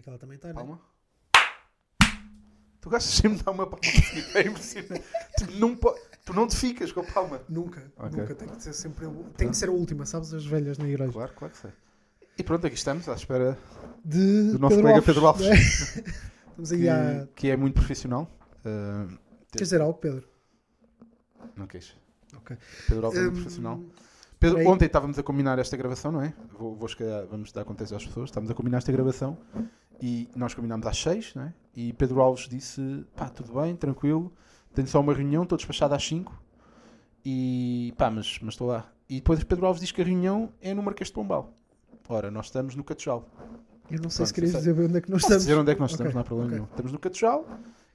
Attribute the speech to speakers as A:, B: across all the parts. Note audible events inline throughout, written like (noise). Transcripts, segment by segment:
A: que ela também está, né?
B: Palma. Tu gastas sempre de dar uma palma. (laughs) Tipo, é impossível. tu, não, po- tu não te ficas com a palma.
A: Nunca,
B: Ok.
A: nunca. Tem que ser sempre a, tem que ser a última, sabes? As velhas na igreja.
B: Claro, claro que sei. E pronto, aqui estamos à espera
A: De
B: do nosso colega Pedro Alves,
A: né? (laughs) Estamos aí a.
B: que, que é muito profissional. Ah,
A: Queres dizer algo, Pedro?
B: não quis.
A: Ok.
B: Pedro Alves é muito
A: Hum,
B: profissional. Pedro,
A: peraí.
B: ontem estávamos a combinar esta gravação, não é? Vou, vou, se calhar, vamos dar contexto às pessoas. Estávamos a combinar esta gravação e nós combinámos às 6, não é? E Pedro Alves disse: pá, tudo bem, tranquilo, tenho só uma reunião, estou despachado às 5 e pá, mas, mas estou lá. E depois Pedro Alves diz que a reunião é no Marquês de Pombal. Ora, nós estamos no Catejal.
A: Eu não sei
B: Pronto,
A: se querias
B: sei.
A: dizer bem onde é que nós
B: Posso
A: estamos.
B: dizer onde é que nós
A: Ok,
B: estamos, não há problema
A: ok.
B: nenhum. Estamos no Catejal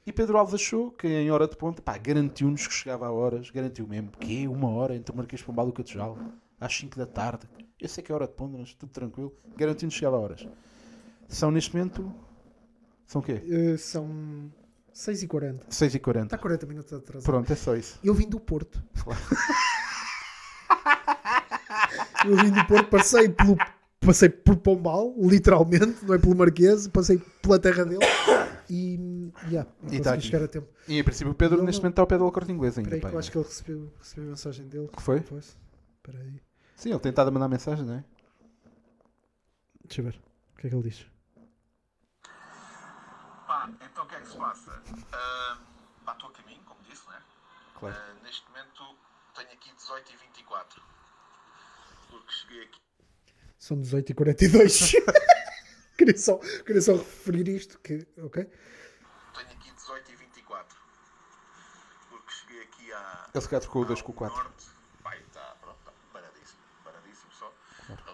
B: e Pedro Alves achou que em hora de ponta, pá, garantiu-nos que chegava a horas, garantiu mesmo, que é uma hora entre o Marquês de Pombal e o Catejal, às 5 da tarde. Eu sei que é hora de ponta, mas tudo tranquilo, garantiu-nos que chegava a horas. São neste momento, são o quê?
A: Eh, são 6h40.
B: 6h40.
A: Está 40 minutos atrasado.
B: Pronto, é só isso.
A: Eu vim do Porto. (laughs) Eu vim do Porto, passei pelo passei por Pombal, literalmente, não é pelo Marquês, passei pela terra dele e, yeah, então, não
B: E
A: consegui
B: tá aqui.
A: chegar a tempo.
B: E em princípio o Pedro
A: Não,
B: neste
A: não.
B: momento está ao pé do Alcorte Inglês
A: Espera
B: ainda.
A: aí
B: pá,
A: que eu
B: não é?
A: acho que ele recebeu, recebeu a mensagem dele.
B: Que foi?
A: Pois, espera aí.
B: Sim, ele tem estado a mandar mensagem, não é?
A: Deixa eu ver, o que é que ele diz?
C: Pá, então o que é que se passa? Ah, Pá, estou a caminho, como disse, né?
B: Claro.
C: Ah, neste momento tenho aqui 18 e 24. Porque cheguei aqui.
A: São 18h42. (laughs) queria, só, queria só referir isto, que, ok?
C: Tenho aqui 18 e 24. Porque cheguei aqui à.
B: Ele se calhar trocou o 2 com o 4.
C: Norte. Pai, está, pronto, está baradíssimo. Baradíssimo só.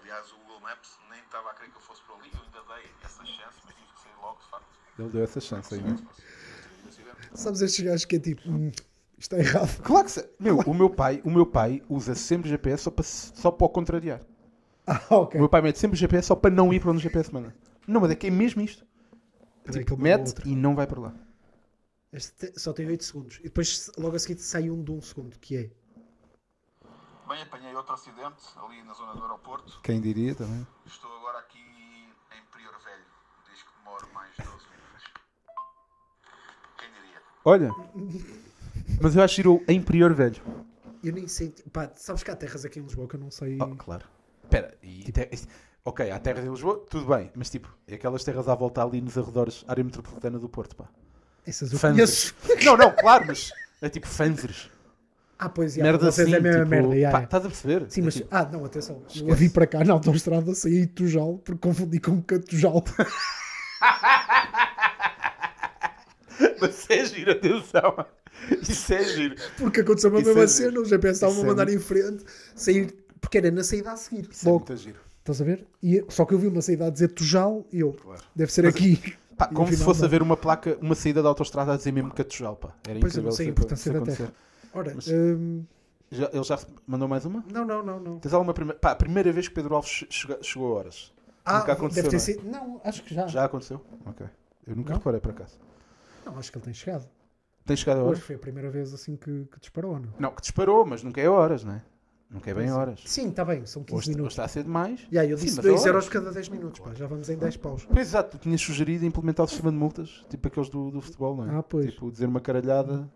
C: Aliás, o Google Maps nem estava a crer que eu fosse para ali. Eu ainda dei essa chance, mas tive que sair logo, de facto.
B: Ele deu essa chance aí, não é?
A: Sabes estes gajos que é tipo, hum, isto está errado. (laughs)
B: Claro que sei. Meu, o meu pai, o meu pai usa sempre GPS só para, só para o contrariar.
A: Ah,
B: O
A: ok.
B: meu pai mete sempre GPS só para não ir para onde o GPS manda. Não, mas é que é mesmo isto.
A: Espera aí que
B: Tipo,
A: ele mandou
B: mete
A: outra.
B: e não vai para lá.
A: Este te- só tem 8 segundos. E depois se- logo a seguir sai um de um segundo, que é.
C: Bem, apanhei outro acidente ali na zona do aeroporto.
B: Quem diria também.
C: Estou agora aqui em Prior Velho. Diz que demoro mais 12 minutos. Quem diria?
B: Olha. Mas eu acho que tirou em Prior Velho.
A: Eu nem sei. Pá, sabes que há terras aqui em Lisboa que eu não sei.
B: Oh, claro. Espera, e te- este- Ok, há terras em Lisboa, tudo bem. Mas tipo, é aquelas terras à volta ali nos arredores, área metropolitana do Porto, pá.
A: Essas eu
B: Fanzers.
A: conheço.
B: Não, não, claro, mas é tipo fanzers.
A: Ah, pois é.
B: Merda
A: vocês
B: assim,
A: é a mesma
B: tipo,
A: merda. já,
B: pá,
A: já.
B: estás a perceber?
A: Sim,
B: É
A: mas.
B: tipo,
A: Ah, não, atenção. Eu
B: Esquece.
A: a vi para cá na autostrada, saí de Tujal, porque confundi com um Catujal. (laughs)
B: Mas é giro, atenção. Isso é giro.
A: Porque aconteceu a
B: Isso
A: mesma
B: é-
A: cena, o GPS estava a
B: isso é
A: mandar em frente, sair. Porque era na saída a seguir.
B: Isso é
A: Logo.
B: muito giro.
A: Estás a ver? E, só que eu vi uma saída a dizer Tujal e eu.
B: Claro.
A: Deve ser
B: Mas-
A: aqui.
B: Pá,
A: E
B: como se
A: afinal
B: fosse
A: não.
B: haver uma placa, uma saída da autostrada a dizer mesmo Catujal, pá. Era
A: Pois eu
B: incrível
A: não sei a
B: se-
A: importância
B: se
A: da terra.
B: acontecer.
A: Ora,
B: Mas-
A: hum,
B: Já- ele já mandou mais uma?
A: não, não, não, não.
B: Tens alguma primeira... Pá, a primeira vez que Pedro Alves che- chega- chegou a horas.
A: Ah,
B: nunca aconteceu,
A: deve ter
B: não é?
A: sido. Não, acho que já.
B: Já aconteceu? Ok. Eu nunca
A: Ah. Não?
B: reparei para acaso.
A: Não, acho que ele tem chegado.
B: Tens chegado a
A: Hoje
B: horas?
A: foi a primeira vez assim que, que disparou, não?
B: Não, que disparou, mas nunca é horas, não é? Nunca é bem
A: Pois é.
B: horas.
A: Sim, está bem, são 15
B: Hoje, hoje
A: minutos.
B: está a ser demais.
A: E aí eu
B: Sim,
A: disse
B: mas é
A: 2
B: horas.
A: euros cada 10 minutos, pá, já vamos em 10 paus.
B: Pois exato, tu tinhas sugerido implementar o sistema de multas, tipo aqueles do, do futebol, não é?
A: Ah, pois.
B: Tipo, dizer uma caralhada,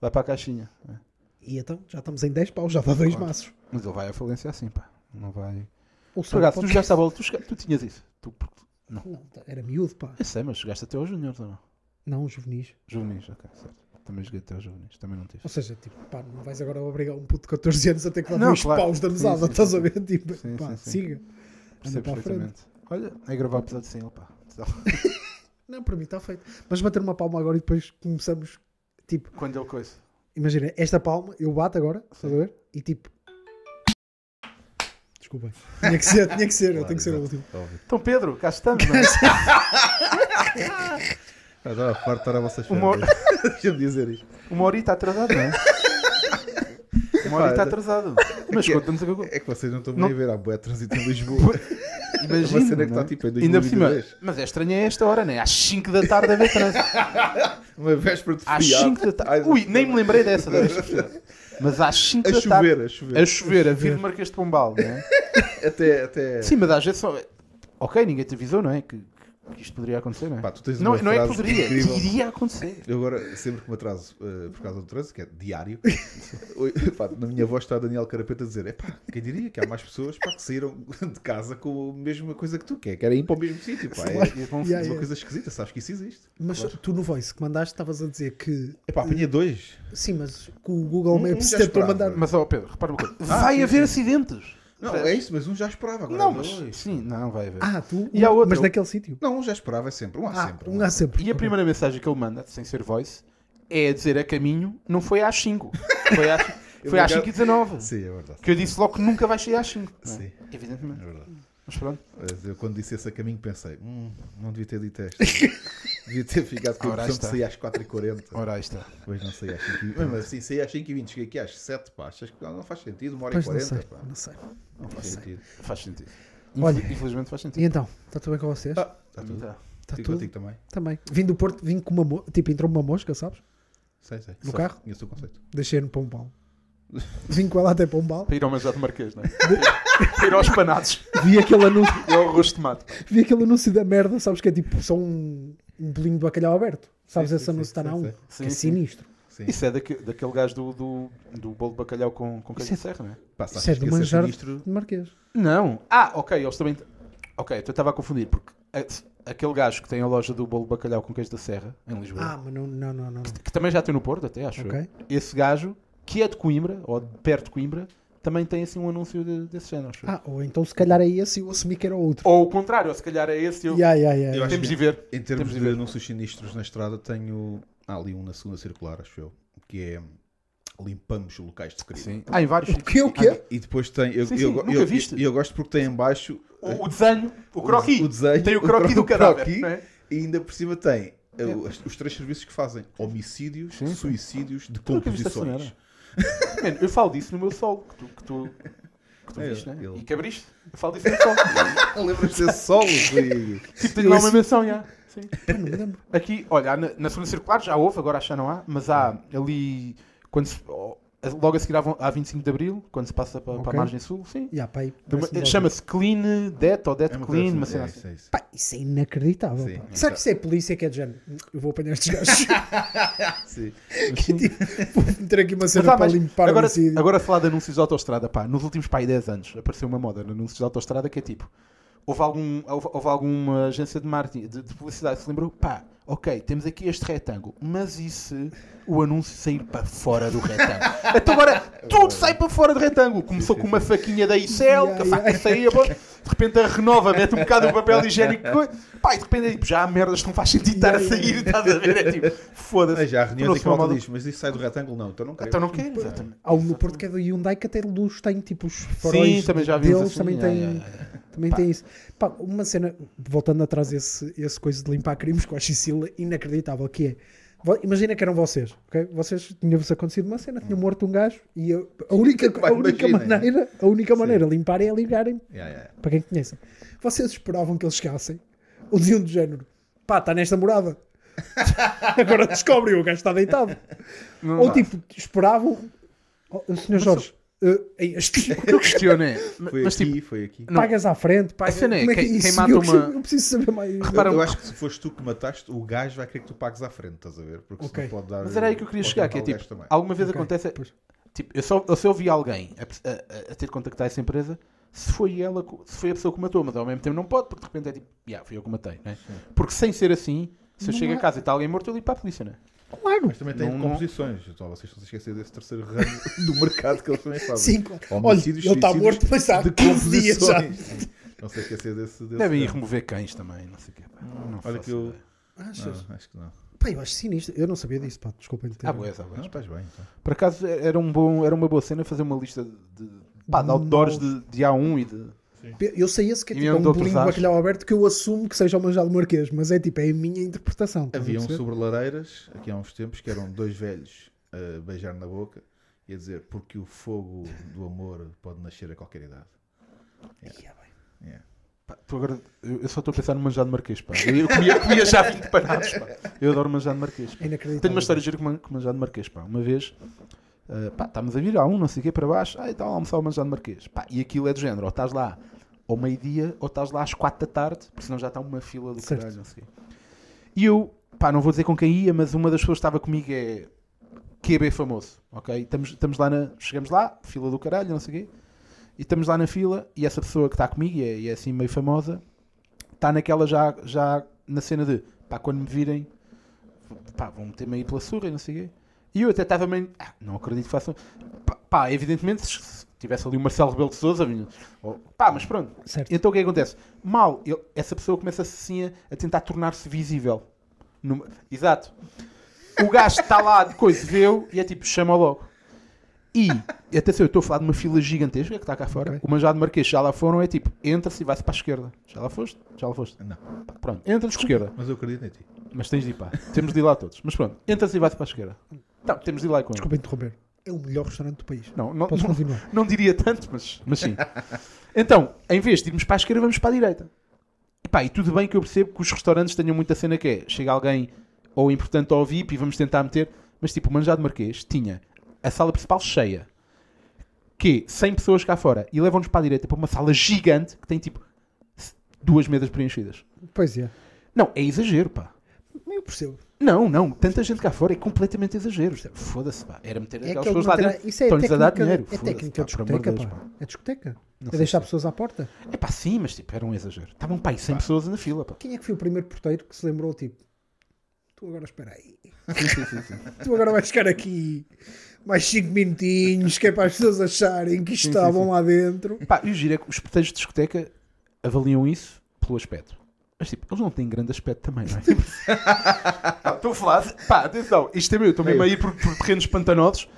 B: vai para a caixinha. não é?
A: E então, já estamos em 10 paus, já dá dois
B: Pronto.
A: maços.
B: Mas ele vai à falência assim, pá. Não vai.
A: Ou
B: Tu, gato, tu jogaste a bola, tu, chega- tu tinhas isso. Tu,
A: Não, tá, era miúdo, pá.
B: Eu sei, mas chegaste até aos Júnior ou não? é?
A: Não, juvenis.
B: Juvenis, ok, certo. Também joguei até aos Juvenis, também não tive.
A: Ou seja, tipo, pá, não vais agora obrigar um puto de 14 anos a ter que dar
B: Não,
A: dois
B: claro.
A: paus da
B: Sim,
A: mesada,
B: sim,
A: estás
B: sim,
A: a ver? Tipo,
B: Sim,
A: pá,
B: sim, sim.
A: siga. Anda
B: Percebo
A: para a frente.
B: perfeitamente. Olha, é gravar o episódio sem ele, pá.
A: Não, para mim está feito. Mas bater uma palma agora e depois começamos, tipo,
B: (laughs) Quando ele coisa.
A: Imagina, esta palma, eu bato agora, estás a ver? E tipo. Desculpem. Tinha que ser, tinha que ser, eu tenho que ser o último.
B: Então, Pedro, cá estamos, (laughs) não é?
D: Eu estava farto de estar a vocês
B: Uma-
D: verem. (laughs) Deixa-me dizer isto.
B: Uma horita atrasado, não é? (laughs) Uma horita
D: Pá,
B: atrasado. Mas conta-nos o que
D: É que vocês não estão
B: Não-
D: bem a ver. Há bué trânsito em Lisboa. (laughs)
B: Imagina.
D: cena que
B: não é?
D: está, tipo, em
B: Ainda por cima.
D: 2022.
B: Mas é estranha esta hora, não é? Às 5 da tarde a ver trânsito.
D: Uma véspera de
B: Às
D: feriado.
B: 5 da
D: Ai,
B: tarde. Ui, nem me lembrei dessa. deve ser. Mas às 5
D: A
B: da tarde.
D: chover, a
B: A
D: chover.
B: chover, a vir do Marquês (laughs) de Pombal, não é?
D: Até, até...
B: Sim, mas às vezes só. Ok, ninguém te avisou, não é? Que, que- que isto poderia acontecer, não é?
D: Pá, tu tens
B: não
D: uma
B: não é que
D: frase
B: poderia,
D: incrível.
B: iria acontecer.
D: Eu agora, sempre que me atraso eh, por causa do trânsito, que é diário,
B: (laughs)
D: oi, pá, na minha voz está Daniel Carapeta a dizer: é pá, quem diria que há mais pessoas pá, que saíram (laughs) de casa com a mesma coisa que tu, que é que era ir para o mesmo sítio. Pá, é,
B: E vão-
A: Yeah,
D: é uma
A: yeah.
D: coisa esquisita, sabes que isso existe.
A: Mas tu no voice que mandaste estavas a dizer que.
D: É pá, apanhei dois.
A: Sim, mas que o Google
B: Hum,
D: Um- um
A: Maps
D: já
A: tentou
D: esperava.
A: mandar.
B: Mas, ó Pedro, repara uma coisa. vai haver acidentes.
D: Não, é isso, mas um já esperava. Agora
B: Não,
D: há
B: mas...
D: dois.
B: Sim, não, vai haver.
A: Ah, tu.
B: E há outro.
A: Mas naquele sítio.
D: Não, um já esperava, é sempre. Um há
A: Ah,
D: sempre.
A: um há sempre.
B: E a primeira mensagem que ele manda, sem ser voice, é a dizer a caminho, não foi às 5. Foi às, foi às 5 e 19.
D: Sim, é verdade.
B: Que eu disse logo que nunca vai chegar às 5. não é?
D: Sim. É
B: Evidentemente.
D: verdade.
B: Mas pronto.
D: Mas eu, quando disse esse a caminho, pensei: hum, não devia ter
B: (laughs)
D: dito esta. devia ter ficado com a
B: Ora, aí
D: impressão de
B: está.
D: sair às 4h40.
B: Ora, aí está.
D: Pois não saí às 5h20. Mas assim, saí às 5h20, cheguei aqui às 7 pá. Achas que não não faz sentido? Uma hora
A: Pois
D: e
A: não sei,
D: 40 pá.
A: não sei.
D: Não faz sentido.
B: Faz sentido.
A: Olha.
B: Infel- Infelizmente faz
A: E
B: sentido.
A: então, está tudo bem com vocês?
D: Ah, está
B: A
D: tudo.
B: mim
D: Está
B: tá.
A: Está
D: tudo
A: tudo?
D: contigo também.
A: Também. Vim do Porto, vim com uma mosca. Tipo, entrou-me uma mosca, sabes?
D: Sei, sei.
A: No carro?
D: Conheço o conceito.
A: Deixei-no para um pau. Vim com ela até para um pau.
B: Para ir ao manjado marquês, (laughs) não é? Para ir aos panados.
A: Vi aquele anúncio,
B: É o rosto de mato.
A: vi aquele anúncio da merda, sabes que é tipo só um, um bolinho de bacalhau aberto. Sabes
D: Sim,
A: esse
D: sim,
A: anúncio
D: sim,
A: está na
D: sim,
A: 1?
D: sim.
A: Que é
B: Sim, sim.
A: sinistro.
D: Sim.
B: Isso é daque- daquele gajo do, do, do bolo de bacalhau com, com queijo de serra, não é?
D: Pá, se
A: Isso é
D: achas
A: do
D: que esse é
A: manjar
D: sinistro,
A: de Marquês.
B: Não. Ah, ok, eles também. Ok, então eu estava a confundir, porque a- aquele gajo que tem a loja do bolo de bacalhau com queijo da serra, em Lisboa,
A: Ah, mas não, não, não, não.
B: que também já tem no Porto, até acho. eu.
A: Ok.
B: Esse gajo, que é de Coimbra, ou de perto de Coimbra, também tem assim um anúncio de- desse género, acho. eu.
A: Ah, ou então se calhar é esse e eu assumi que era outro.
B: Ou o contrário, ou se calhar é esse. Eu...
A: Ya, ya, ya,
D: Eu
A: ya.
D: acho
B: Temos de
D: que-
B: ver.
D: Em termos
B: Temos de
D: de
B: ver.
D: anúncios sinistros na estrada, tenho. Há ali um na segunda circular, acho eu. Que é. Limpamos locais de crime.
B: Sim. Há em vários.
A: O que, o que é?
D: E depois tem. Eu,
B: Sim,
D: eu,
B: sim,
D: eu,
B: nunca
D: eu-
B: viste?
D: eu gosto porque tem em baixo.
B: O, o desenho, o croqui.
D: É. O desenho.
B: Tem o croqui do cadáver.
D: croqui,
B: não é?
D: E ainda por cima tem eh, os, os três serviços que fazem: homicídios,
B: Sim, é sim.
D: suicídios, de
B: Tu nunca viste essa
D: composições.
B: senhora? Mano, eu falo disso no meu solo, que tu, que tu, que tu
D: É,
B: viste, né?
D: ele.
B: E que abriste. Eu falo disso no
D: (laughs)
B: meu solo.
D: Lembras desse solo?
A: (laughs)
D: Rodrigo?
B: tipo, tenho lá uma menção, já. Sim.
A: Pá, não me lembro.
B: Aqui, olha, há na, na segunda circular já houve, agora acho que já não há, mas há ali, quando se- oh, logo a seguir à von- à 25 de Abril, quando se passa para, para
A: Ok.
B: a margem sul, sim.
A: Ya, pá, aí
B: De uma-
A: parece-me logo.
B: Chama-se Clean Death ou Death
D: É uma coisa
B: Clean,
D: assim,
B: uma cena
D: é
B: assim.
D: isso, é isso.
A: Pá, isso é inacreditável.
D: Sim.
A: pá. Será que isso é polícia que é de género? Eu vou apanhar estes gajos. (laughs)
D: É, Sim.
A: vou meter aqui uma
B: Mas
A: cena
B: há
A: para
B: mais.
A: limpar
B: agora,
A: o sítio.
B: agora a falar de anúncios de autostrada, pá, nos últimos pá, aí 10 anos apareceu uma moda de anúncios de autostrada que é tipo: houve, algum, houve, houve alguma agência de marketing, de, de publicidade que se lembrou, pá, ok, temos aqui este retângulo, mas e se o anúncio sair para fora do
A: (laughs)
B: retângulo? então agora tudo sai para fora do retângulo. Começou com uma faquinha da Icel,
A: Yeah,
B: que a faca saía, pô, de repente a renova, mete um bocado
A: (laughs)
B: o papel higiênico, coi- pá, e de repente é tipo: já há merdas que não faz sentido estar a
A: Yeah,
B: sair, estás a ver? É tipo, foda-se.
D: Ah, já há reuniões
B: tornou-se
D: em que
B: uma
D: a malta
B: moda-
D: diz: mas isso sai do retângulo? Não, então não quero.
B: Então não quero, exatamente.
A: Há um no Porto que é do Hyundai que até luz tem tipo os faróis
B: também já vi uns
A: deles,
B: assim,
A: também,
B: é,
A: tem,
B: é,
A: também tem isso. Pá, uma cena, voltando atrás esse, esse coisa de limpar crimes com a Sicília, inacreditável que é. Vo- Imagina que eram vocês, ok? Vocês tinha-vos acontecido uma cena, tinha morto um gajo e eu-
B: (laughs)
A: a única,
D: Pá,
A: a única
D: imagina, é.
A: maneira, a única maneira de limpar é ligarem
D: Yeah, yeah.
A: para quem conhece. Vocês esperavam que eles chegassem ou diziam do género: pá, está nesta morada. (laughs) Agora descobrem, o gajo está deitado.
B: Não
A: ou
B: dá.
A: tipo, esperavam. Oh, senhor Jorge, eh, ei,
B: (laughs)
A: este-
B: Eu questiono é.
D: (laughs) Foi
B: Mas
D: aqui,
B: tipo,
D: foi aqui.
B: Não.
A: pagas à frente, pagas.
B: A cena é,
A: como é que é
B: quem-
A: isso?
B: quem mata
A: (laughs) eu,
B: uma-
A: preciso, eu preciso saber mais.
B: Repara-
D: Eu,
B: Para um-
D: eu acho que se foste tu que mataste, o gajo vai querer que tu pagues à frente, estás a ver? Porque
A: Ok.
D: se não pode dar.
B: mas era aí que eu queria
D: pode
B: chegar, que é
D: matar o
B: tipo,
D: gajo também.
B: alguma vez
A: Ok,
B: acontece.
A: pois.
B: Tipo, eu só, eu só ouvi alguém a, pe- a- a- a ter de contactar essa empresa se foi ela, co- se foi a pessoa que matou, mas ao mesmo tempo não pode, porque de repente é tipo, yeah, fui eu que matei, né? Porque sem ser assim, se eu chego a casa e está alguém morto, eu ligo para a polícia, né?
A: Claro.
D: Mas também tem
B: Não- não-
D: composições. Então vocês estão a esquecer desse terceiro ramo (laughs) do mercado que eles também fazem.
A: Sim, claro. Olha, ele está
D: suicídios,
A: morto, mas há
D: de
A: 15 dias já.
D: composições. Sim. Não sei esquecer desse. desse
B: Devem ir
D: ramo.
B: remover cães também, não sei o quê. pá. Não
D: Hum, Olha
B: faço
D: que eu-
B: ideia.
A: Achas?
D: Não, Ah, acho que não.
A: Pá, eu acho sinistro. Eu não sabia disso, pá, desculpa.
B: Ah,
A: interromper.
B: boas, ah,
D: Não,
B: boas.
D: estás bem. Então.
B: Por acaso era, um bom, era uma boa cena fazer uma lista de, de, pá, de outdoors de, de A1 e de.
A: Eu sei esse que é
B: E
A: tipo
B: mesmo
A: um
B: de outros
A: bolinho de
B: achos.
A: bacalhau aberto que eu assumo que seja o manjado marquês, mas é tipo, é a minha interpretação. estás a
D: Havia um
A: perceber?
D: sobre lareiras, aqui há uns tempos, que eram dois velhos a beijar na boca e a dizer porque o fogo do amor pode nascer a qualquer idade.
A: Ia bem.
D: Yeah.
B: Pá, tu agora, eu eu só estou a pensar no manjado marquês, pá. Eu comia, comia já 20 panados, pá. Eu adoro manjado marquês. Pá.
A: É inacreditável.
B: Tenho uma história gira com man- com manjado marquês, pá. Uma vez, eh, ah, pá, estávamos a vir a um, não sei o quê, para baixo. Ah, então almoçar o manjado marquês. Pá, e aquilo é do género, ou estás lá ao meio-dia ou estás lá às quatro da tarde, porque senão já está uma fila do
A: Certo.
B: caralho, não sei o quê. E eu, pá, não vou dizer com quem ia, mas uma das pessoas que estava comigo é QB famoso, ok? Estamos, estamos lá na, chegamos lá, fila do caralho, não sei o quê, e estamos lá na fila e essa pessoa que está comigo e é, e é assim meio famosa, está naquela já, já na cena de, pá, quando me virem, pá, vão meter-me aí pela surra e não sei o quê. E eu até estava meio, ah, não acredito que façam, pá, pá, evidentemente se- se tivesse ali o Marcelo Rebelo de Sousa, vinha, oh, pá, mas pronto.
A: Certo.
B: Então o que é que acontece? Mal, ele- essa pessoa começa assim a, a tentar tornar-se visível. Numa- exato. O gajo está lá de coisa, vê-o e é tipo, chama logo. E, e atenção, eu estou a falar de uma fila gigantesca que está cá fora.
A: Ok.
B: O manjado marquês já lá foram, é tipo, entra-se e vai-se para a esquerda. Já lá foste? Já lá foste.
D: Não,
B: Pá, Pronto, entra-se para a esquerda.
D: mas eu acredito em ti.
B: Mas tens de ir para. Temos de ir lá todos. Mas pronto, entra-se e vai-se para a esquerda. Tá, temos de ir lá com ele.
A: Desculpa interromper. É o melhor restaurante do país.
B: Não, não,
A: Posso
B: não,
A: continuar?
B: não diria tanto, mas, mas
A: (laughs)
B: sim. Então, em vez de irmos para a esquerda, vamos para a direita. Epá, e tudo bem que eu percebo que os restaurantes tenham muita cena que é chega alguém ou importante ou VIP e vamos tentar meter, mas tipo, o Manjado Marquês tinha a sala principal cheia, que 100 pessoas cá fora, e levam-nos para a direita para uma sala gigante que tem tipo duas mesas preenchidas.
A: Pois é.
B: Não, é exagero, pá.
A: Eu percebo.
B: Não, não, tanta gente cá fora é completamente exagero. é, Foda-se, pá. Era meter aquelas
A: aquele
B: pessoas lá
A: material-
B: dentro.
A: Isso é
B: Estão-lhes a dar
A: técnica,
B: dinheiro.
A: é
B: Foda-se,
A: técnica de
B: pá, por amor
A: discoteca,
B: de Deus,
A: pá. É discoteca.
B: Não
A: é
B: sei
A: deixar
B: se-
A: pessoas à porta.
B: É pá, sim, mas tipo, era um exagero. Estavam pá, aí 100 pessoas na fila, pá.
A: Quem é que foi o primeiro porteiro que se lembrou, tipo, tu agora espera aí. (laughs) tu agora vais ficar aqui mais 5 minutinhos, que é para as pessoas acharem que estavam lá dentro.
B: Pá, e o giro é que os porteiros de discoteca avaliam isso pelo aspecto. Mas tipo, eles não têm grande aspecto também, não é? Não, (laughs) Estou a falar, pá, atenção, isto é meu, estou mesmo a ir por, por terrenos pantanosos,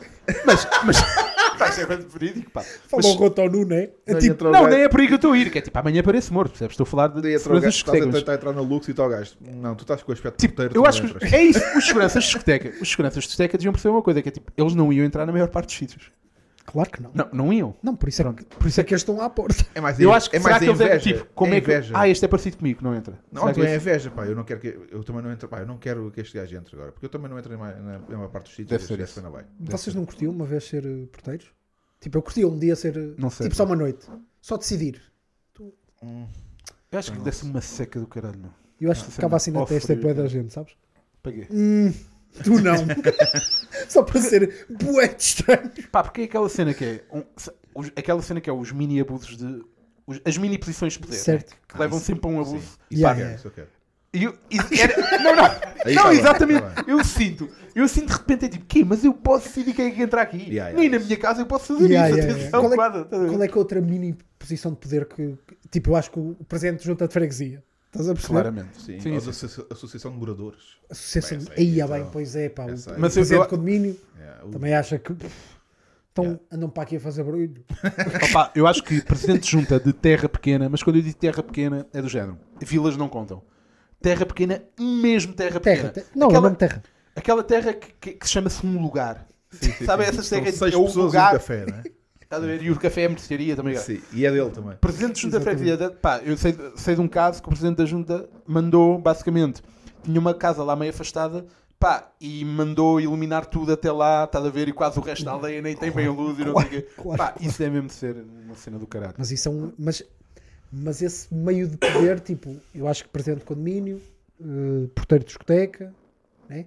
B: mas, mas, (laughs) pá, isto é bem verídico, pá. Mas-
A: Falou o Roto Nu, né? É
D: Não,
A: tipo,
D: entrou o
B: não,
D: gajo-
B: nem é por aí que eu estou a ir, que é tipo, amanhã aparece morto, percebes? Estou a falar de,
D: Daí
B: de
D: entra o
B: segurança
D: gajo,
B: de
D: estás
B: discoteca,
D: a
B: mas-
D: tentar entrar no luxo e tal gajo. Não, tu estás com o aspecto
B: Tipo,
D: porteiro,
B: eu
D: tu
B: acho
D: não
B: que
D: entras.
B: é isso. Os seguranças de discoteca, os seguranças de discoteca deviam perceber uma coisa, que é tipo, eles não iam entrar na maior parte dos sítios.
A: claro que não.
B: Não, não iam.
A: Não, por isso, é que, por isso é que eles estão lá à porta.
D: É mais
B: eu
D: a-
B: acho que
D: é
B: será
D: mais
B: que
D: a
B: eles é
D: inveja.
B: tipo, como é, que.
D: inveja.
B: Ah, este é parecido comigo, não entra.
D: Não,
B: Será
D: tu é
B: que
D: inveja, pá. Eu não quero que. Eu também não entro. Pá, eu não quero que este gajo entre agora. Porque eu também não entro em ma- na, na maior parte dos sítios.
B: Deve ser
D: este
B: isso.
D: gajo não vai.
A: (laughs) Vocês não curtiam uma vez ser eh, porteiros? Tipo, eu curtia um dia ser. eh,
B: Não sei,
A: tipo, só uma noite. Só decidir.
B: eu acho que desse uma seca do caralho, não.
A: Eu acho que ficava assim na
B: ao
A: testa e
B: frio,
A: bué da
B: cara.
A: gente, (laughs) sabes?
B: Paguei.
A: Tu (laughs) não. Só para ser bué de estranho.
B: Pá, porque é aquela cena que é. um- se- os- aquela cena que é os mini abusos de. os- as mini posições de poder.
A: Certo.
B: né? Que levam sempre a um abuso.
D: Ah, Isso
A: Yeah,
D: eu quero,
A: yeah.
D: isso é eu quero.
B: E eu- e (laughs) era- não, não.
D: Aí
B: não,
D: tá bem,
B: exatamente.
D: tá
B: eu sinto. Eu sinto de repente é tipo, quê? Mas eu posso decidir quem é que entra aqui.
D: Yeah, yeah.
B: Nem na minha casa eu posso fazer
A: Yeah,
B: isso.
A: yeah, yeah.
B: atenção,
A: Qual é-
B: guarda, estás a ver?
A: Qual é que é outra mini posição de poder que. que- Tipo, eu acho que o presidente junta de freguesia. Estás a perceber?
B: Claramente.
D: Sim,
B: Sim,
D: ou
B: sim.
D: da associa- Associação de Moradores.
A: Associação.
D: Bem, essa aí,
A: Aí, ah,
D: então.
A: bem, pois é, pá. O
D: Essa aí.
B: Mas eu-
A: presidente
B: eu-
A: de condomínio
D: Yeah, É, o-
A: também acha que. pff, Então
D: Yeah.
A: andam para aqui a fazer barulho.
B: Opa, eu acho que presidente junta de terra pequena, mas quando eu digo terra pequena é do género. Vilas não contam. Terra pequena, mesmo terra
A: Terra,
B: pequena.
A: terra. não, é o
B: aquela,
A: nome terra.
B: aquela terra que, que- que se chama-se um lugar. Sabe, essas
D: São
B: terras
D: seis
B: é o
D: pessoas
B: lugar.
D: e um café,
B: (laughs)
D: não é?
B: Estás a ver? E o café é mercearia também. cara.
D: Sim, e é dele também.
B: Presidente junta da freguesia. da- Pá, eu sei, sei de um caso que o presidente da junta mandou, basicamente, tinha uma casa lá meio afastada. Pá, e mandou iluminar tudo até lá, estás a ver? E quase o resto da aldeia nem tem bem luz e não sei o quê.
A: claro,
B: Pá, isso deve mesmo ser uma cena do caralho.
A: Mas isso é um. Mas, mas esse meio de poder, tipo, eu acho que presidente de condomínio, eh, porteiro de discoteca, né?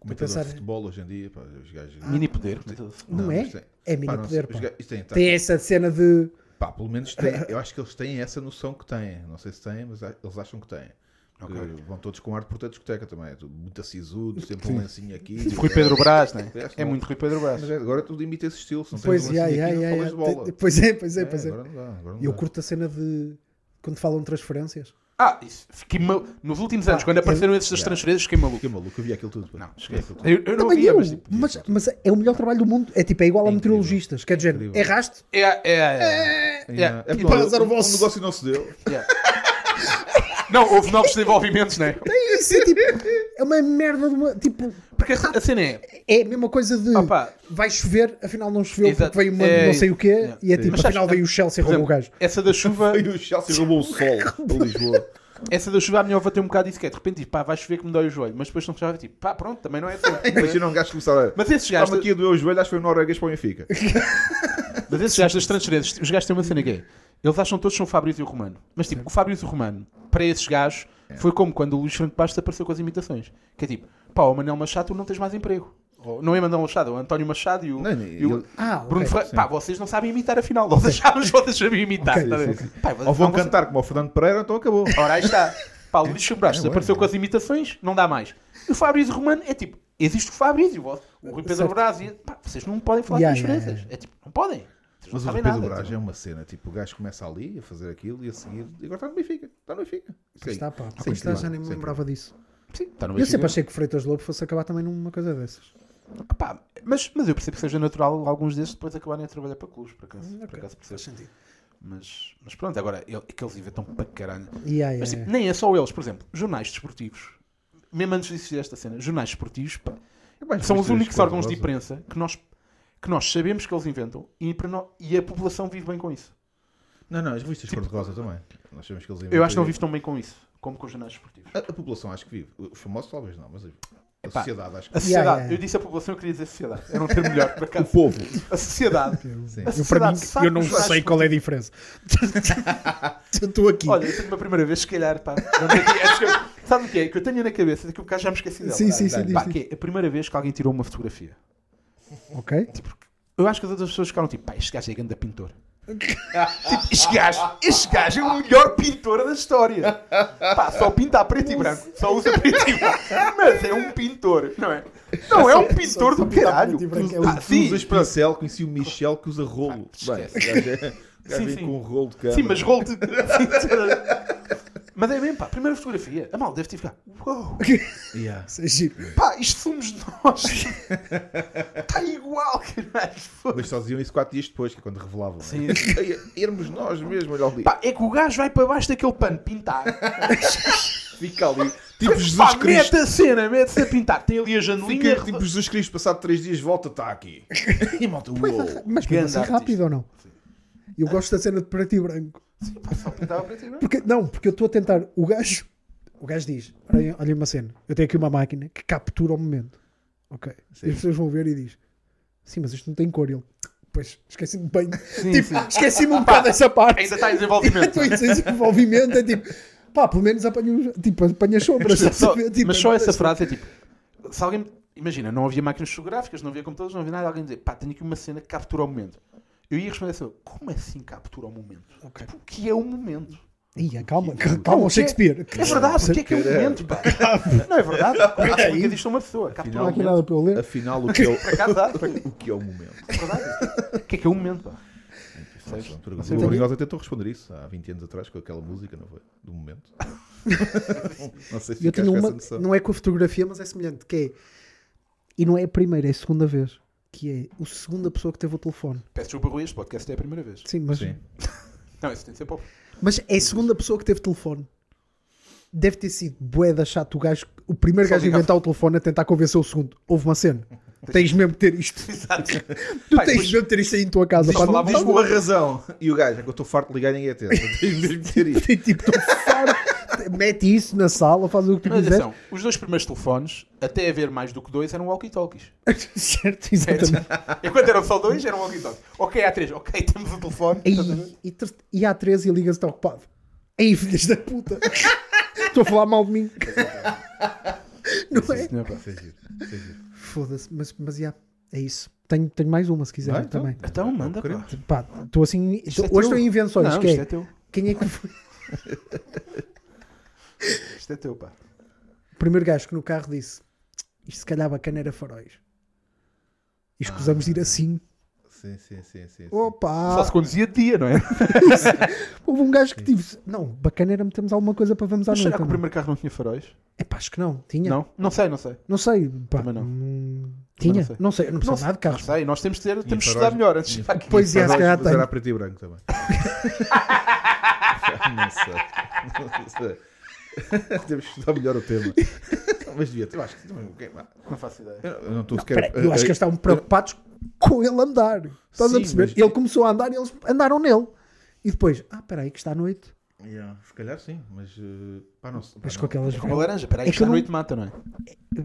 D: Comentador
A: pensar-
D: de futebol hoje em dia, pá, os gajos.
B: Mini poder. né? comentador.
A: não é?
D: mas tem-
A: É mini
D: pá, não sei,
A: poder,
D: os
A: pá.
D: gajos- isto tem- tá.
A: Tem essa cena de.
D: Pá, pelo
A: (laughs)
D: menos têm. Eu acho que eles têm essa noção que têm. Não sei se têm, mas a- eles acham que têm.
B: Ok.
D: Que Vão todos com arte portanto discoteca também. É tudo Muito acisudo, sempre um lencinho aqui.
B: Rui Pedro Brás, né?
D: Acho
B: É
D: bom.
B: muito Rui Pedro Brás.
D: Mas é, agora tu limita esse estilo. Se não
A: Pois,
D: tens um
A: yeah,
D: lencinho
A: yeah,
D: aqui,
A: yeah,
D: não falas de
A: yeah.
D: bola.
A: Te- pois é, pois é,
D: É,
A: pois é.
D: Agora não dá, agora não
A: Eu
D: dá.
A: curto a cena de. Quando falam de transferências.
B: Ah, isso. Fiquei mal... Nos últimos anos,
A: Ah,
B: quando
A: eu-
B: apareceram esses das transferências, fiquei maluco.
D: Fiquei maluco, eu vi aquilo tudo. pá.
B: Não,
D: Vi
B: esquece.
D: aquilo tudo.
B: Eu, eu não
A: Também
B: via,
A: eu,
B: mas tipo.
A: mas, mas é o melhor trabalho do mundo. É tipo, é igual a meteorologistas. Que é de género.
D: Incrível.
A: Erraste?
B: É, é, é. é. Yeah.
D: É,
B: E
D: pá,
B: para
A: azar o
D: um-
A: vosso.
D: Um negócio não se (laughs) deu.
B: Yeah. (laughs) Não, houve novos desenvolvimentos, né?
A: É isso, é tipo. É uma merda de uma. Tipo,
B: Porque a cena é.
A: é a mesma coisa de.
B: Opa.
A: Vai chover, afinal não choveu
B: Exato.
A: porque veio uma
B: É
A: não sei o quê.
B: isso.
A: E é
D: Sim.
A: tipo,
B: Mas sabes,
A: afinal veio o Chelsea e
B: Por
A: roubou o gajo.
B: exemplo, essa da
D: (laughs)
B: chuva,
D: E o Chelsea roubou
A: (laughs)
D: o sol a Lisboa.
B: essa da chuva, a minha avó tem um bocado isso que é. De repente, tipo, pá, vais ver que me dói o joelho, mas depois não chove, tipo, pá, pronto, também não é assim.
D: Imagina um gajo começar a.
B: Mas esses
D: Estava
B: gajos,
D: um aqui a doer o joelho, acho que foi no Noruegas para o Benfica.
B: Mas esses gajos das transferências, os gajos têm uma cena que é. Eles acham todos que são o Fabrício e o Romano. Mas tipo, o Fabrício e o Romano, para esses gajos,
D: É.
B: foi como quando o Luís Franco Bastos apareceu com as imitações. Que é tipo, pá, o Manel Machado, tu não tens mais emprego. Ou, não é Manel Machado, é o António Machado e o,
D: Não,
B: e o
D: ele-
A: Ah, ok.
B: Bruno Ferreira. Pá, vocês não sabem imitar afinal. Nós achávamos que vocês sabiam imitar.
A: Ok,
B: tá a ver?
D: sim, sim.
B: Pá, vocês
D: Ou vão
B: não- vocês-
D: cantar como o Fernando Pereira, então acabou.
B: Ora, aí está. Pá, o Luís Chambrás
D: É,
B: apareceu
D: ué.
B: com as imitações, não dá mais. E o Fabrício Romano é tipo, existe o Fabrício, o o Rui Pedro
A: Certo.
B: Brás, e, pá, vocês não podem falar
A: Yeah,
B: de
A: yeah,
B: diferenças. É tipo, não podem. Vocês
D: Mas o
B: não sabem
D: Pedro
B: nada. tá então.
D: Brás é uma cena, tipo, o gajo começa ali a fazer aquilo e a seguir, e agora está no Benfica, está no Benfica. Isso aí.
A: Está, pá.
D: Sim,
A: Pois está,
D: claro,
A: já nem me
D: sim,
A: lembrava disso.
B: Sim, está no
A: Eu sempre
B: Benfica.
A: achei que Freitas Lobo fosse acabar também numa coisa dessas.
B: Ah, pá, mas, mas eu percebo que seja natural alguns desses depois acabarem a trabalhar para clubes, por acaso. Por
A: Ok,
B: acaso
A: Faz
B: percebo.
A: sentido.
B: Mas, mas pronto, agora, ele, é que eles inventam para caralho.
A: Yeah, yeah,
B: Mas tipo,
A: yeah.
B: nem é só eles, por exemplo, jornais desportivos. Mesmo antes de existir esta cena, jornais desportivos, pá,
D: É mais
B: são os
D: mistura
B: únicos órgãos de
D: escandalosa.
B: imprensa que nós, que nós sabemos que eles inventam e, para nó- e a população vive bem com isso.
D: Não, não, as revistas cor-de-rosa também. Nós sabemos que eles
B: Tipo- Eu acho que não
D: inventam-
B: vive tão bem com isso como com os jornais desportivos.
D: A, a população acho que vive. Os famosos talvez não, mas a a
B: Epá,
D: sociedade acho que
B: A sociedade,
A: yeah, yeah.
B: eu disse a população, eu queria dizer sociedade. Era um termo melhor, por acaso.
D: povo.
A: (laughs)
B: A sociedade.
D: Sim.
B: A
A: Eu, para
B: sociedade
A: mim,
B: sabe
A: eu não
B: que os jornais
A: sei qual é a diferença. (laughs) eu estou aqui.
B: Olha, eu tenho uma primeira vez, se calhar, pá. não tenho- acho que eu- Sabe o que é? Que eu tenho na cabeça, daqui a bocado já me esqueci dela.
A: Sim, sim,
D: dá-lhe,
A: sim.
B: Pá,
A: diz, diz.
B: que é a primeira vez que alguém tirou uma fotografia.
A: Ok. Tipo,
B: Eu acho que as outras pessoas ficaram tipo, pá, este gajo é grande pintor. tipo, este gajo, este gajo é o melhor pintor da história. Pá, só pinta a preto e branco. Só usa preto e branco. Mas é um pintor, não é? Não é um pintor do caralho.
A: preto e branco, é
B: Ah,
A: um-
B: sim,
D: usas pincel, conheci o Michel que usa rolo. Bem,
B: esquece.
D: o gajo é- o gajo
B: Sim,
D: vem
B: sim.
D: com um rolo de cama.
B: Sim, mas rolo de. (laughs) mas é mesmo, pá, primeira fotografia. A mal deve ter ficado. Uou!
D: Yeah.
A: Isso é giro.
B: Pá, isto somos nós!
D: (laughs)
B: Está igual, caralho! foda-se.
D: Mas só diziam isso 4 dias depois, que é quando revelavam. né?
B: Sim.
D: Ei, (laughs) Éramos nós mesmo, olha ali.
B: Pá, é que o gajo vai para baixo daquele pano pintar.
D: Fica ali. Tipo Jesus
B: Pá, mete
D: Cristo.
B: a cena, mete-se a pintar. Tem ali a janelinha.
D: Fica tipo Jesus Cristo, passado 3 dias, volta, está
B: (laughs)
D: aqui. E malta, uou.
B: é.
A: Mas mesmo assim
B: Ganda
A: rápido ou não? Eu gosto da cena de preto e branco.
B: Só pintava para ti, não é?
A: Porque, não, porque eu estou a tentar. O gajo, o gajo diz: olha, olha uma cena, eu tenho aqui uma máquina que captura o momento. Ok. E as pessoas vão ver e diz: Sim, mas isto não tem cor. E Ele, pois, esqueci-me bem. tipo,
B: sim.
A: esqueci-me um bocado dessa parte. Tipo,
B: Ainda está em
D: (laughs)
B: desenvolvimento.
A: Estou em desenvolvimento. É tipo, pá, pelo menos apanho, tipo, apanho as sombras. estás a
B: Só-
A: ver? Tipo,
B: mas só
A: é
B: essa
A: mais-
B: frase é tipo. Se alguém. Imagina, não havia máquinas fotográficas, não havia computadores, não havia nada. Alguém dizer, pá, tenho aqui uma cena que captura o momento. Eu ia responder assim, como assim captura o momento?
A: Ok.
B: O que é o momento?
A: Ia, calma, calma, Shakespeare.
B: É verdade, o que é que é o
D: Caralho.
B: momento, (laughs) pá? Não é verdade? Como é que explica disto a uma pessoa? Captura
A: Não há
B: o
A: aqui
B: momento.
A: nada para eu ler.
D: Afinal, o que é o,
B: Por acaso dá, por
D: o, que é
B: (laughs)
D: o momento?
B: verdade. O que é que é o momento, pá?
D: Nossa, pergunta. O Obrigosa tentou responder isso há 20 anos atrás com aquela música, não foi?
B: (laughs)
D: Do momento. não sei se
A: Eu
D: ficaste
A: tenho
D: com essa
A: uma,
D: noção.
A: não é com a fotografia, mas é semelhante, que é, e não é a primeira, é a segunda vez, que é o segunda pessoa que teve o telefone.
B: Peço desculpa, Rui, este podcast é a primeira vez.
A: Sim, mas,
D: Sim.
B: Não, isso tem de ser (laughs) pouco.
A: mas é a segunda pessoa que teve telefone. Deve ter sido bué da chato o gajo, o primeiro
B: Só
A: gajo a
B: ligar-
A: inventar o telefone a tentar convencer o segundo. Houve uma cena. Tens mesmo que ter isto.
B: Exato.
A: Tu
B: Pá,
A: tens
B: depois-
A: mesmo que ter isto aí em tua casa.
B: Diz-
A: Pá, não,
B: falava-
A: não,
D: Diz-me uma razão. E o gajo, é que eu estou farto de ligar e ninguém
B: (laughs)
D: atende. Tens mesmo que ter isto.
A: tipo, estou farto. Mete isso na sala, faz o que tu
B: Mas
A: quiser.
B: atenção, os dois primeiros telefones, até haver mais do que dois, eram walkie-talkies.
A: (laughs) certo, exatamente.
B: Enquanto eram só dois, eram walkie-talkies. Ok, há três. Ok, temos o telefone.
A: Ei, e, ter- e há 13 e liga-se está ocupado. Ei, filhas da puta. (laughs) Estou a falar mal de mim. (laughs) Não é? Foda-se, mas, mas já, é isso. Tenho, tenho mais uma se quiserem
D: Vai, então.
A: também.
B: Então, manda, pá.
A: Pá, estou assim.
B: Isto
A: estou-
B: é
A: hoje
B: teu.
A: estou em invenções.
B: Não,
A: que
B: isto
A: é,
B: é teu.
A: Quem é que foi?
B: Isto é teu, pá.
A: O primeiro gajo que no carro disse: Isto se calhar bacana era faróis. E escusamos de ir assim.
D: Sim, sim, sim, sim.
B: Ah. Só
A: Opa!
B: se conduzia de dia, não é?
A: Houve um gajo que tive. Não, bacana era metermos alguma coisa para vamos à
B: Mas
A: noite.
B: será que o
A: também.
B: primeiro carro não tinha faróis?
A: É pá, acho que não. Tinha.
B: Não? Não sei, não sei.
A: Não sei. Pá,
B: Também não.
A: hum,
B: Também
A: tinha.
B: não sei.
A: Não sei. Eu não
B: Não
A: percebo nada de
B: Não
A: carros.
B: sei, nós temos de ter, temos de
D: faróis.
B: estudar melhor antes de
D: Tinha
B: chegar aqui.
A: Pois é, se calhar
D: mas era
A: tenho.
D: preto e
A: (laughs)
D: branco também. (laughs) não sei. Não sei. (laughs) Temos que estudar melhor o tema.
A: (laughs)
D: Mas devia ter. Eu acho que também. ok, vá.
B: Não faço ideia.
D: Eu eu não estou
A: Peraí,
D: sequer.
A: eu acho que eles estavam preocupados com ele andar. Estás a
D: Sim,
A: perceber?
D: mas-
A: Ele começou a andar e eles andaram nele. E depois, ah, peraí, que está à noite.
D: Yeah, Se calhar sim, mas. eh, Pá, não sei. pá,
A: Mas
D: não-
A: com aquelas.
B: Com uma laranja, peraí,
A: É
B: isto
A: que eu
B: à
A: não-
B: noite mata, não é?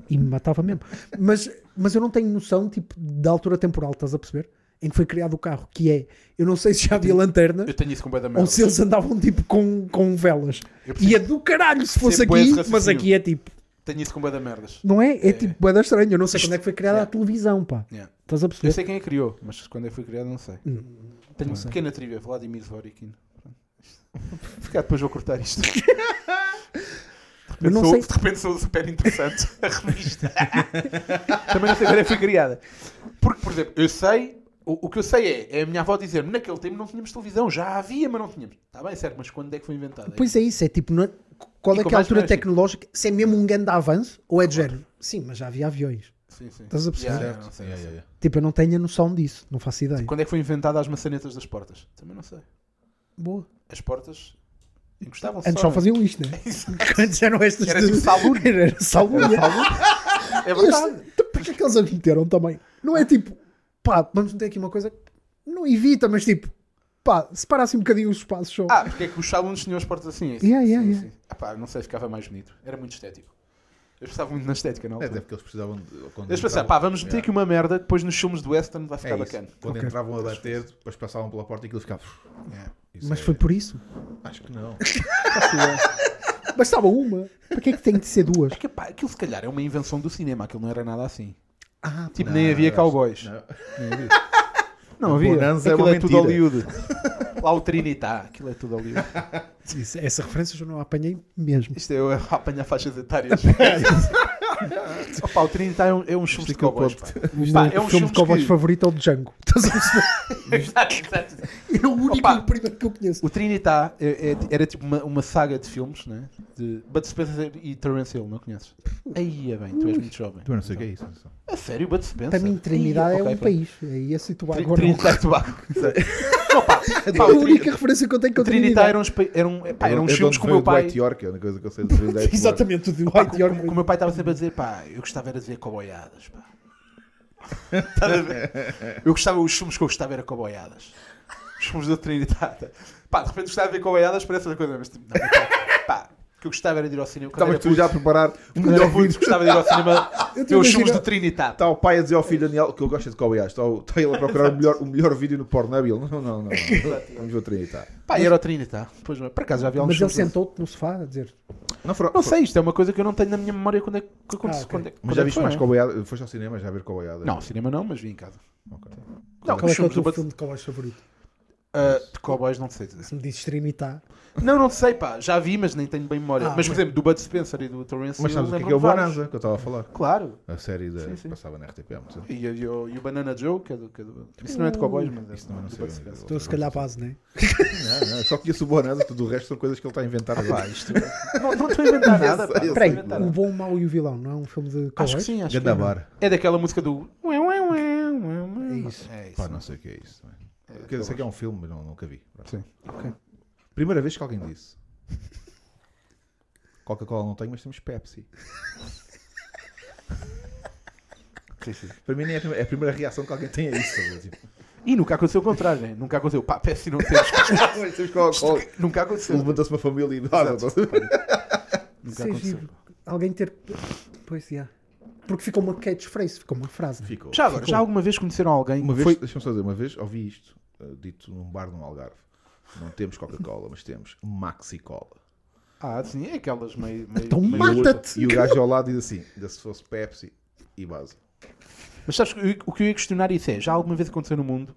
A: E me matava mesmo. Mas, mas eu não tenho noção, tipo, da altura temporal, estás a perceber? em que foi criado o carro, que é, eu não sei se já havia lanternas
B: Eu tenho isso com bué da merda.
A: ou se eles andavam tipo com, com velas.
B: Eu percebo.
A: E é do caralho se fosse
B: Percebo esse
A: aqui,
B: raciocínio.
A: mas aqui é tipo,
B: Tenho isso com bué da merdas.
A: não é? É, tipo, é estranho. Eu não sei
B: Isto-
A: quando é que foi criada
B: Yeah.
A: a televisão, pá.
B: Yeah.
A: Estás a
B: Eu
A: perceber?
B: sei quem a criou, mas quando é que foi criado não sei.
A: Hum.
B: Tenho uma pequena trivia, Vladimir Zorikin. Se calhar depois vou cortar (laughs) isto. De
A: Eu
B: repente,
A: não
B: sou,
A: sei.
B: de repente sou super (laughs) interessante a revista. Também não sei quando é que foi criada. Porque, por exemplo, eu sei, o, o que eu sei é, é a minha avó dizer-me naquele tempo não tínhamos televisão, já havia, mas não tínhamos. Está bem, certo, mas quando é que foi inventada?
A: Pois é isso, é tipo, não é- qual
B: E
A: é
B: com
A: que é a
B: mais
A: altura
B: margem.
A: tecnológica? Se é mesmo um grande avanço ou é de género? Sim, mas já havia aviões.
B: Sim, sim.
A: Estás a perceber?
B: Yeah,
D: Certo?
B: não sei, não
D: Yeah,
B: sei.
D: yeah,
A: Tipo, eu não tenho a noção disso, não faço ideia.
B: Quando é que foi inventada as maçanetas das portas? Também não sei.
A: Boa.
B: As portas encostavam
A: Antes só
B: (laughs)
A: faziam isto, né? Antes já não estas
B: Era tipo
A: salúdio. (laughs) Era salúdio.
B: É verdade.
A: então, Porquê que eles as meteram também? Não é tipo, pá, vamos meter aqui uma coisa que não evita, mas tipo, pá, separa assim um bocadinho os espaços só.
B: Ah, porque é que os alunos tinham as portas assim? é isso?
A: Yeah, yeah,
B: Sim,
A: yeah.
B: sim. Ah pá, não sei, ficava mais bonito. Era muito estético. Eles pensavam muito na estética, não?
D: É, até porque eles precisavam. De, quando
B: Eles pensavam,
D: entravam-
B: pá, vamos meter
D: Yeah.
B: aqui uma merda, depois nos filmes do Western vai
D: É
B: ficar
D: isso.
B: bacana.
D: Quando
A: Ok.
D: entravam a bater, depois passavam pela porta e aquilo ficava. Isso
A: mas
D: é-
A: foi por isso.
D: Acho que
A: (laughs)
D: não.
A: Bastava uma. Para que é que tem de ser duas?
B: É que, pá, aquilo se calhar é uma invenção do cinema, aquilo não era nada assim.
A: Ah,
B: Tipo, nem havia cowboys. Não,
D: Não.
B: havia.
D: Bonanza é
B: aquilo
D: uma
B: é, tudo
D: mentira.
B: Hollywood.
D: (laughs)
B: Lá o Trinitá, aquilo é tudo Hollywood.
A: isso- essa referência eu não a apanhei mesmo.
B: Isto é eu (laughs) a apanhar faixas
A: (laughs)
B: etárias.
A: É
B: Opa, o Trinitá é um, é um filme de
D: que eu
B: cowboys.
D: posso-
B: pá. Pá, é
A: o
B: um
A: filme de cowboys
B: que-
A: favorito é o Django. (laughs) Estás a perceber?
B: Exato, (laughs) exato.
A: Era É o único
B: Opa.
A: e o primeiro que eu conheço.
B: O Trinitá é- é- era tipo uma, uma saga de filmes, né? De Bud Spencer e Terence Hill, não conheces? Aí é bem, tu és muito jovem.
D: Eu não sei o que é isso.
B: A sério, Bud Spencer?
A: Hum. Para mim, Trinidade
B: Ih,
A: é
B: ok,
A: um
B: pá.
A: país. Aí a situar
B: Tri-
A: agora. não-
B: Trinidad e
A: (laughs)
B: Tobago. Não, pá,
A: É
B: pá,
A: a
B: o Trin-
A: única referência que eu tenho com
B: o
A: o
B: Trinitá
A: Trinidade.
B: eram, os pa- eram, é, pá, eram
D: É
B: uns
D: de
B: filmes
D: onde
B: que o
D: veio
B: meu pai.
D: Dwight York, é a única coisa que eu sei do
A: (laughs)
D: Trinidad. York.
A: Exatamente, o de
B: um Pá,
A: White
B: que o- que o
A: York.
B: meu pai estava sempre a dizer, pá, eu gostava era de ver coboiadas, pá.
A: (laughs)
B: Estás a ver? Eu gostava, os filmes que eu gostava era coboiadas. Os filmes da Trinidade. Pá, de repente gostava de ver coboiadas, parece outra coisa, mas tipo, não, pá, pá, o que eu gostava era de ir ao
A: Tá
B: cinema. quando
D: Estavas
B: era
D: tu já a preparar o
B: Quando
D: melhor
B: era puto,
D: vídeo.
B: gostava de ir ao cinema
A: (laughs) Eu Tá.
B: ver os
A: imagino-
B: filmes do Trinidad.
D: Está Tá o pai a dizer ao filho Daniel que ele gosta de cowboys. Está, o- está ele a (laughs) procurar o melhor, o melhor vídeo no Pornhub. e Ele, não, não, não. não. Vamos ver o Trinidad.
B: Pá, era o Trinidad. Pois não, por acaso já havia alguns
A: Mas ele
B: filmes
A: sentou-te no sofá a dizer:
D: Não, foram,
B: assim. Não sei, isto é uma coisa que eu não tenho na minha memória quando é que aconteceu.
A: Ah, ok.
B: quando é-
D: Mas
B: quando
D: já
B: é que
D: viste
B: foi,
D: mais
B: não é?
D: cowboyada? Foste ao cinema já ver cowboyada?
B: Não, cinema não, mas vi em casa.
D: Ok.
B: Não,
A: qual é
B: os
A: que é o
B: filmes do
A: teu
B: Bud-
A: filme de cowboys favorito?
B: ah, de cowboys não sei dizer.
A: Se me dizes Trinidade,
B: Não, não sei, pá. Já vi, mas nem tenho bem memória.
A: Ah,
B: mas, por
A: ok.
B: exemplo, do Bud Spencer e do Terence
D: Mas
B: Hill,
D: sabes o que é que é o
B: lembro-me vários.
D: Bonanza que eu estava a falar?
B: Claro.
D: A série da,
B: Sim, sim.
D: que passava na RTP há muito tempo.
B: E, e o- e o Banana Joe, que é do... Que é do... Isso não é de cowboys, mas é
D: Isso não, não
B: do
D: sei.
B: Bud Spencer.
A: estou se calhar base, né?
D: Não, não, eu só conheço o Bonanza, tudo o resto são coisas que ele está a inventar
B: Pá,
D: agora.
B: isto... é não, não estou a
D: (laughs)
B: inventar nada, pá. não
D: sei, eu
B: estou a
A: Peraí,
B: inventar
A: o
B: nada.
A: bom, o mau e o vilão, não é um filme de
B: tá. Acho que
A: cowboys?
B: sim, acho que
D: Ganda bar.
B: É daquela música do.
A: É isso.
B: É isso.
D: Pá, não sei o que é isso. também. Quer dizer, sei que é um filme, mas não, nunca vi. Pronto.
B: Sim. Ok.
D: Primeira vez que alguém disse. Coca-Cola não tenho, mas temos Pepsi. Para mim nem é a primeira, é a primeira reação que alguém tem a isso. sabe? Tipo,
B: E nunca aconteceu o contrário, né? Nunca aconteceu. Pá, Pepsi não temos.
D: (laughs)
B: (laughs)
D: "Olha, temos Coca-Cola.
B: nunca aconteceu.
D: Levantou-se uma família e...
B: Nunca
A: Seja
B: aconteceu.
A: giro. Alguém ter. Pois já. Porque ficou uma catchphrase, ficou uma frase.
D: Ficou.
B: Já agora, já alguma vez conheceram alguém?
D: Uma vez,
B: Foi...
D: deixa-me só dizer, uma vez ouvi isto eh, dito num bar no Algarve. Não temos Coca-Cola, mas temos Maxi-Cola.
B: Ah, sim, é aquelas meio. meio
A: Então
B: meio-
A: mata-te!
D: E o gajo ao lado diz assim: ainda se fosse Pepsi e base.
B: Mas sabes que eu- o que eu ia questionar isso é: já alguma vez aconteceu no mundo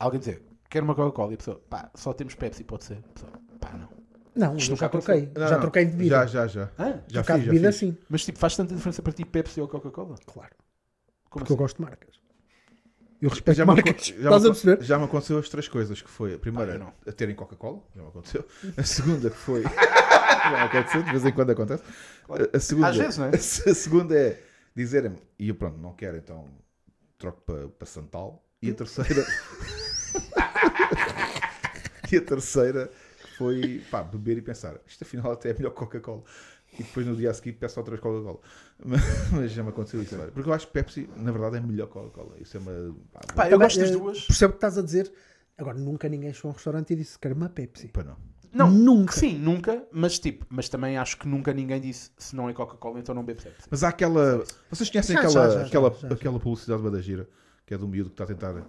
B: alguém dizer quero uma Coca-Cola e a pessoa, pá, só temos Pepsi, pode ser? A pessoa, pá, não.
A: Não, eu
B: nunca
A: já troquei.
D: Não,
A: já
D: não,
A: troquei de bebida.
D: Já, já, já.
B: Hã?
D: Já
A: trocar
D: fiz,
A: de
D: já
A: bebida,
D: fiz.
A: sim.
B: Mas tipo, faz tanta diferença para ti Pepsi ou Coca-Cola?
A: Claro.
B: Como
A: Porque eu
B: assim?
A: gosto de marcas. Eu respeito
D: Já me,
A: marcas.
D: acon- já, me
A: Estás a
D: acon-
A: perceber?
D: já me aconteceu as três coisas que foi. A primeira,
B: Ah, eu não.
D: a terem Coca-Cola, já me aconteceu. A segunda
A: (laughs)
D: que foi. já me aconteceu, de vez em quando acontece. A, a segunda,
B: Às vezes, não é?
D: (laughs) A, segunda é dizerem-me, e eu pronto, não quero, então troco para para Santal. E a terceira. (laughs) e a terceira foi pá, beber e pensar, isto afinal até é melhor que Coca-Cola. E depois no dia a seguir peço outra Coca-Cola. (laughs) Mas, mas já me aconteceu isso. olha. Porque eu acho que Pepsi, na verdade, é melhor que Coca-Cola. Isso é uma. pá,
B: Pá, eu
A: Também,
B: gosto das
A: eh,
B: duas.
A: Percebo o que estás a dizer. Agora, nunca ninguém chegou a um restaurante e disse quero uma Pepsi.
D: pá, não.
B: Não,
A: Nunca.
B: Sim, nunca, mas tipo, mas também acho que nunca ninguém disse se não é Coca-Cola, então não bebe Pepsi.
D: Mas há aquela. Vocês conhecem
A: Já,
D: aquela,
A: já, já, já,
D: aquela,
A: já, já.
D: aquela publicidade bada gira, que é do miúdo que um está a tentar eh,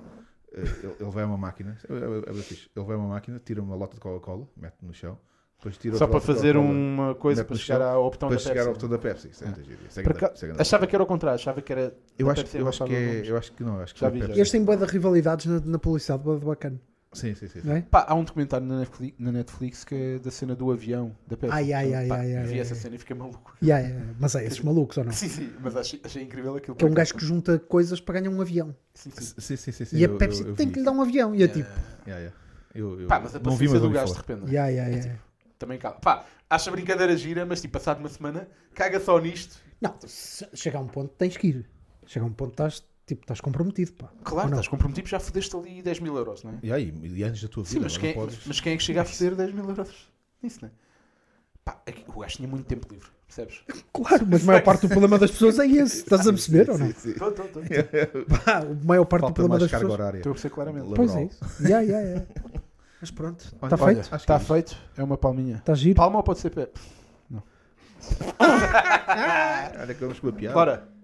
D: ele, ele vai a uma máquina, é, é, é bem fixe. ele vai a uma máquina, tira uma lota de Coca-Cola, mete no chão, depois tira
B: Só
D: outra
B: para
D: lota de
B: fazer
D: Coca-Cola
B: uma coisa
D: mete
B: para
D: no
B: chegar
D: chão,
B: ao botão
D: para
B: da
D: chegar ao
B: Pepsi.
D: botão da Pepsi. Isso é muito giro. Isso é
B: Por
D: grande-
B: acaso-
D: isso é grande-
B: Achava que era o contrário, achava que era.
D: Eu
B: da
D: acho,
B: Pepsi
D: eu acho que
B: avançada
D: é,
B: nos
D: eu acho que não, eu acho que
B: Já
D: é
B: vi, já
D: Pepsi.
B: vi.
A: Eles têm boa de rivalidades na, na publicidade, boa de bacana.
D: Sim, sim, sim. sim.
A: Não é?
B: Pá, há um documentário na Netflix, na Netflix que é da cena do avião da Pepsi.
A: Ai, ai, ai,
B: Pá,
A: ai, ai,
B: vi
A: ai,
B: essa
A: ai.
B: cena e fiquei maluco.
A: Yeah, yeah. Mas é esses malucos ou não?
B: Sim, sim, mas achei, achei incrível aquilo.
A: Que é um gajo que junta coisas para ganhar um avião.
B: Sim, sim.
D: Sim, sim, sim, sim,
A: e a
D: eu- eu-
A: Pepsi
D: eu vi
A: tem que lhe
D: isso.
A: dar um avião. E é tipo,
D: Yeah, yeah. Eu, eu
B: Pá, mas a
D: não vi,
B: paciência
D: mas
B: do
D: ouvi
B: gajo de
D: falar.
B: repente. não é?
A: yeah, yeah, yeah.
B: Também caga. Pá, acha brincadeira gira, mas tipo, passado uma semana, caga só nisto.
D: tipo-
A: Não, se- chega a um ponto tens que ir. Chega a um ponto estás, tipo, estás comprometido, pá.
B: Claro,
A: Ou não?
B: estás comprometido, já fodeste ali 10 mil euros, não é?
D: Yeah, e, e antes da tua vida,
B: Sim, mas
D: não
B: quem,
D: podes.
B: mas quem é que chega a foder 10 mil euros? Isso, não é? Pá, aqui- o gajo tinha muito tempo livre,
D: (laughs)
B: percebes?
A: Claro, mas a maior parte do problema das pessoas é esse. Estás a perceber ou não?
B: Estou, estou, estou.
A: Pá, a maior parte do
D: Falta
A: problema
D: mais
A: das
D: carga
A: pessoas.
D: horária.
B: Estou a perceber claramente.
A: Pois é
D: laboral.
A: isso. Yeah, yeah, yeah. Mas pronto, está
D: olha,
A: feito.
D: acho que
B: Está
D: é isso.
B: feito, é uma palminha.
A: Está Tá giro.
B: Palma ou pode ser pé?
D: Olha, que vamos com a piada.
B: Bora!